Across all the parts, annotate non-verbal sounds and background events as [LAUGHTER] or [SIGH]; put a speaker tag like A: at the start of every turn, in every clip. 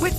A: With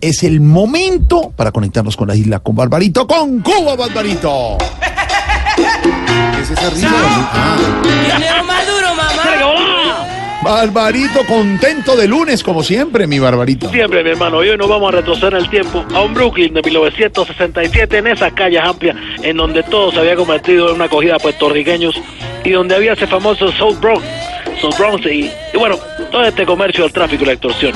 B: es el momento para conectarnos con la isla, con Barbarito, con Cuba, Barbarito.
C: Dinero más duro, mamá.
B: Barbarito, contento de lunes, como siempre, mi Barbarito.
D: Siempre, mi hermano, y hoy nos vamos a retroceder en el tiempo a un Brooklyn de 1967 en esas calles amplias en donde todo se había convertido en una acogida a puertorriqueños y donde había ese famoso South Bronx, South Bronx y, y bueno, todo este comercio del tráfico y la extorsión.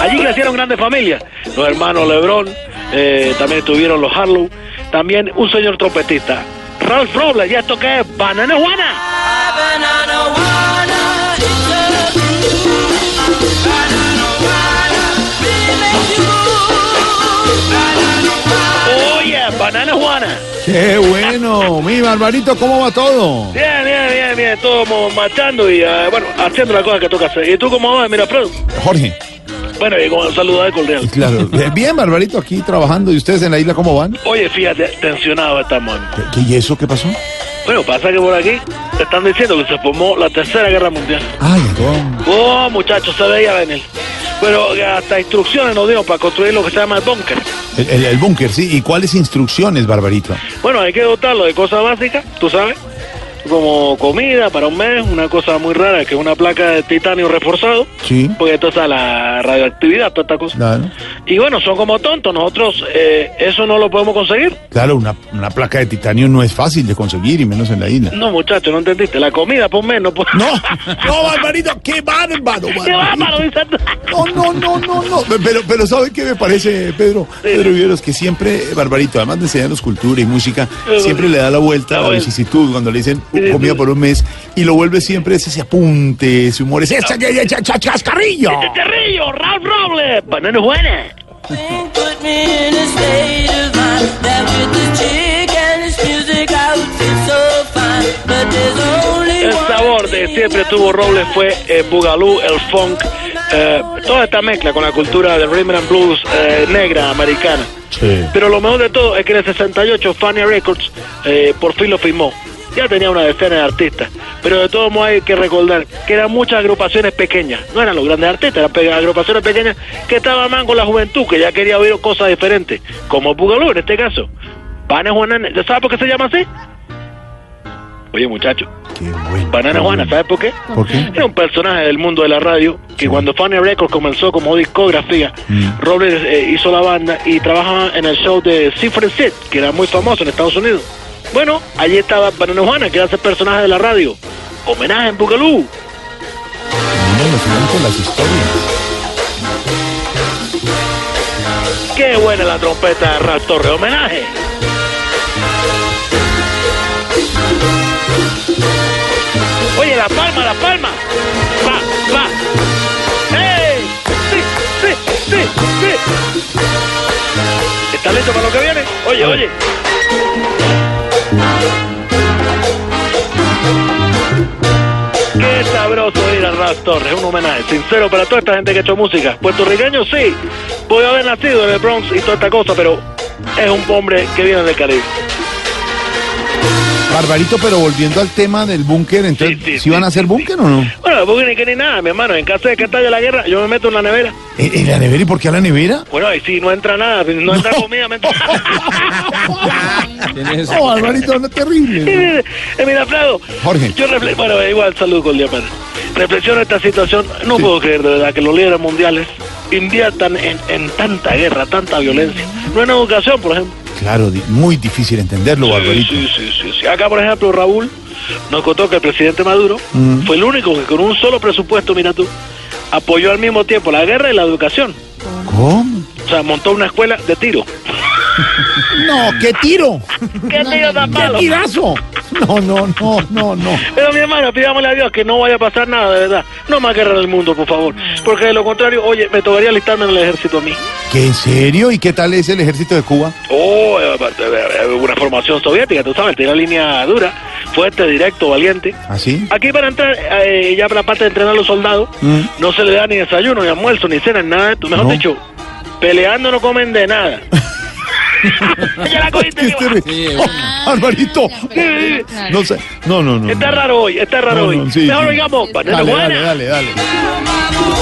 D: Allí crecieron grandes familias, los hermanos Lebron, eh, también estuvieron los Harlow, también un señor trompetista, Ralph Robles, ¿y esto qué es? ¡Banana Juana! Oye, banana Juana.
B: Qué bueno, mi Barbarito, ¿cómo va todo?
D: Bien, bien, bien, bien. Todos marchando y eh, bueno, haciendo la cosa que toca hacer. ¿Y tú cómo vas? Mira, Fred.
B: Jorge.
D: Bueno, y con un saludo de cordial.
B: Claro. [LAUGHS] eh, Bien, Barbarito, aquí trabajando. ¿Y ustedes en la isla cómo van?
D: Oye, fíjate, tensionado estamos. hermano.
B: ¿Qué- qué- ¿Y eso qué pasó?
D: Bueno, pasa que por aquí te están diciendo que se formó la Tercera Guerra Mundial.
B: Ay, don.
D: Oh, muchachos, se veía venir. Pero hasta instrucciones nos dieron para construir lo que se llama el búnker.
B: El, el- el búnker, sí. ¿Y cuáles instrucciones, Barbarito?
D: Bueno, hay que dotarlo de cosas básicas, tú sabes, como comida para un mes, una cosa muy rara que es una placa de titanio reforzado,
B: Sí.
D: porque esto está la radioactividad, toda esta cosa.
B: Claro,
D: Y bueno, son como tontos, nosotros eh, eso no lo podemos conseguir.
B: claro una, una placa de titanio no es fácil de conseguir, y menos en la isla.
D: No, muchachos, no entendiste, la comida por un mes no po-
B: No, no, Barbarito, qué bárbaro, Barbarito.
D: [LAUGHS] ¡Qué
B: [LAUGHS]
D: bárbaro, dice!
B: No,
D: [LAUGHS]
B: no, no, no, no. [LAUGHS] Pero, pero ¿sabe qué me parece, Pedro? Pedro Viveros, que siempre, eh, Barbarito, además de enseñarnos cultura y música, siempre le da la vuelta a la vicisitud cuando le dicen
D: sí,
B: comida
D: sí.
B: por un mes y lo vuelve siempre ese, ese apunte, ese humor, ese cha- cha- cha- cha- chascarrillo.
D: ¡Este terrillo, Ralph Robles! ¡Banana buena!
C: Put me in a state of mind that with this chick and this music I would feel so fine. But there's only
D: El
C: one
D: sabor de
C: thing
D: siempre
C: I
D: tuvo
C: would
D: Robles fue el bugalú, el funk, eh, toda esta mezcla con la cultura del rhythm and blues eh, negra americana.
B: Sí.
D: Pero lo mejor de todo es que en el 68 Fania Records eh, por fin lo firmó. Ya tenía una decena de artistas. Pero de todos modos hay que recordar que eran muchas agrupaciones pequeñas. No eran los grandes artistas, eran pe- agrupaciones pequeñas que estaban más con la juventud, que ya quería oír cosas diferentes. Como Bugalú en este caso. Banana Juana, ¿ya ¿sabes por qué se llama así? Oye muchacho,
B: Qué bueno.
D: Banana Juana, ¿sabes por qué?
B: ¿Por qué?
D: Era un personaje del mundo de la radio que cuando Funny Records comenzó como discografía,
B: Mm.
D: Robles eh, hizo la banda y trabajaba en el show de Cifre Set, que era muy famoso en Estados Unidos. Bueno, allí estaba Banana Juana, que era ese personaje de la radio. Homenaje en Bugalú.
B: Mira, nos van con las historias.
D: Qué buena la trompeta de Ralph Torres, homenaje. Oye, la palma, la palma. Va, va. ¡Ey! ¡Sí, sí, sí, sí! ¿Estás listo para lo que viene? Oye, oye. Qué sabroso ir a Ralph Torres, un homenaje sincero para toda esta gente que ha hecho música. Puertorriqueño, sí, puede haber nacido en el Bronx y toda esta cosa, pero es un hombre que viene del Caribe.
B: Barbarito, pero volviendo al tema del búnker, entonces,
D: Sí,
B: ¿sí,
D: sí,
B: van
D: sí,
B: a hacer búnker o no?
D: Bueno, porque ni que ni nada, mi hermano. En caso de que estalle la guerra, yo me meto en la nevera.
B: ¿En, en la nevera y por qué a la nevera?
D: Bueno, y si no entra nada, si no entra comida, me entra. [LAUGHS]
B: No, Barbarito, no terrible.
D: Eh, Mira, Flado.
B: Jorge.
D: Yo refle- bueno, igual, salud con el Reflexiono esta situación. No puedo creer, de verdad, que los líderes mundiales inviertan en, en tanta guerra, tanta violencia. No en educación, por ejemplo.
B: Claro, di- muy difícil entenderlo,
D: Sí,
B: Barbarito.
D: sí, sí, sí, sí. Acá, por ejemplo, Raúl nos contó que el presidente Maduro fue el único que con un solo presupuesto, mira tú, apoyó al mismo tiempo la guerra y la educación.
B: ¿Cómo?
D: O sea, montó una escuela de tiro.
B: No, qué tiro.
D: ¡Qué tiro tan
B: ¡Qué
D: malo!
B: tirazo! No, no, no, no, no.
D: Pero mi hermano, pidámosle a Dios que no vaya a pasar nada, de verdad. No más guerra en el mundo, por favor. Porque de lo contrario, oye, me tocaría alistarme en el ejército a mí.
B: ¿Qué en serio? ¿Y qué tal es el ejército de Cuba?
D: Oh, eh, eh, eh, una formación soviética, tú sabes, tiene una línea dura, fuerte, directo, valiente.
B: ¿Así?
D: Aquí para entrar, eh, ya para la parte de entrenar a los soldados,
B: Mm.
D: no se le da ni desayuno, ni almuerzo, ni cena, nada de esto. Mejor
B: No.
D: dicho, peleando no comen
B: [LAUGHS]
D: de nada. [LAUGHS] ya la cogiste,
B: Es
D: Iván.
B: terrible. Oh, Alvarito. No sé. No, no, no.
D: Está
B: no.
D: raro hoy, está raro
B: No,
D: hoy.
B: no, sí,
D: Mejor
B: sí.
D: oigamos, Patito
B: Dale,
D: Juana.
B: dale, dale, dale.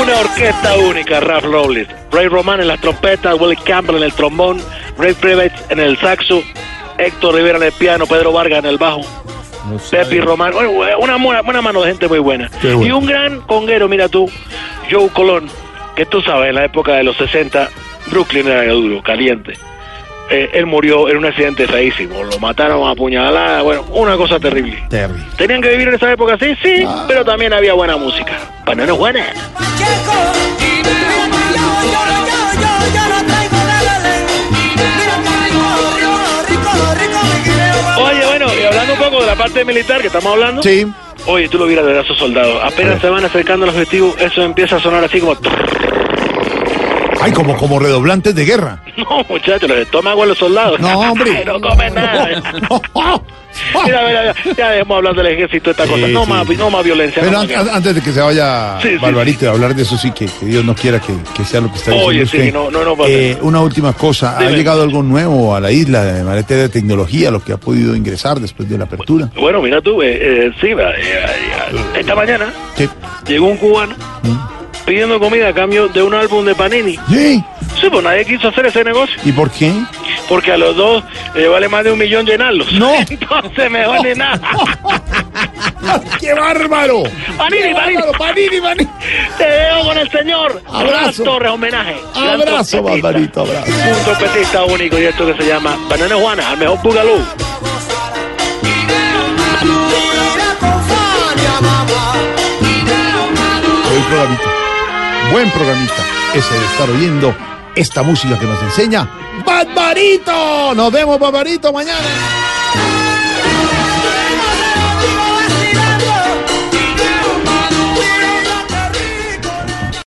D: Una orquesta única, Ralph Robles. Ray Román en las trompetas, Willie Campbell en el trombón, Ray Privates en el saxo, Héctor Rivera en el piano, Pedro Vargas en el bajo. Pepi Román, Bueno, una, buena- buena mano de gente muy buena.
B: Qué bueno.
D: Y un gran conguero, mira tú, Joe Colón, que tú sabes, en la época de los 60, Brooklyn era duro, caliente. Eh, él murió en un accidente feísimo, lo mataron a puñalada, bueno, una cosa terrible.
B: Terrible.
D: ¿Tenían que vivir en esa época? Sí, sí,
B: Ah.
D: pero también había buena música. Bueno, buena. Oye, bueno, y hablando un poco de la parte militar que estamos hablando.
B: Sí.
D: Oye, tú lo vieras de esos soldados. Apenas se van acercando al objetivo, eso empieza a sonar así como... [LAUGHS]
B: Ay, como, como redoblantes de guerra.
D: No, muchachos, los estómagos de los soldados.
B: No, hombre.
D: [LAUGHS] no comen nada.
B: No, no.
D: Mira, mira, ya, ya dejemos hablando del ejército esta cosa.
B: Sí,
D: No,
B: sí.
D: más, no más violencia.
B: [LAUGHS] Pero
D: no más
B: an-
D: guerra.
B: an- antes de que se vaya
D: Sí, sí,
B: Barbarito a hablar de eso, sí, que, que Dios no quiera que, que sea lo que está diciendo
D: Oye, sí,
B: usted.
D: no, no, no, padre.
B: Eh, una última cosa, ¿ha
D: Dime.
B: llegado algo nuevo a la isla de materia de tecnología, lo que ha podido ingresar después de la apertura?
D: Bueno, mira tú, eh, eh, sí, va, eh, eh, esta mañana
B: ¿Qué?
D: llegó un cubano
B: Mm.
D: pidiendo comida a cambio de un álbum de Panini.
B: ¿Sí?
D: Sí, pues nadie quiso hacer ese negocio.
B: ¿Eh? ¿Y por qué?
D: Porque a los dos eh, vale más de un millón llenarlos.
B: No.
D: [LAUGHS] Entonces mejor ni nada.
B: ¡Qué bárbaro!
D: Panini, Panini.
B: Panini, Panini!
D: Te dejo con el señor.
B: Abrazo.
D: Blas Torres, homenaje. Gran
B: ¡Abrazo,
D: trompetista.
B: Barbarito, abrazo!
D: Un trompetista único y esto que se llama Banana Juana, al mejor bugalú.
B: Buen programita. Buen programita. Ese de estar oyendo esta música que nos enseña Barbarito. Nos vemos, Barbarito, mañana.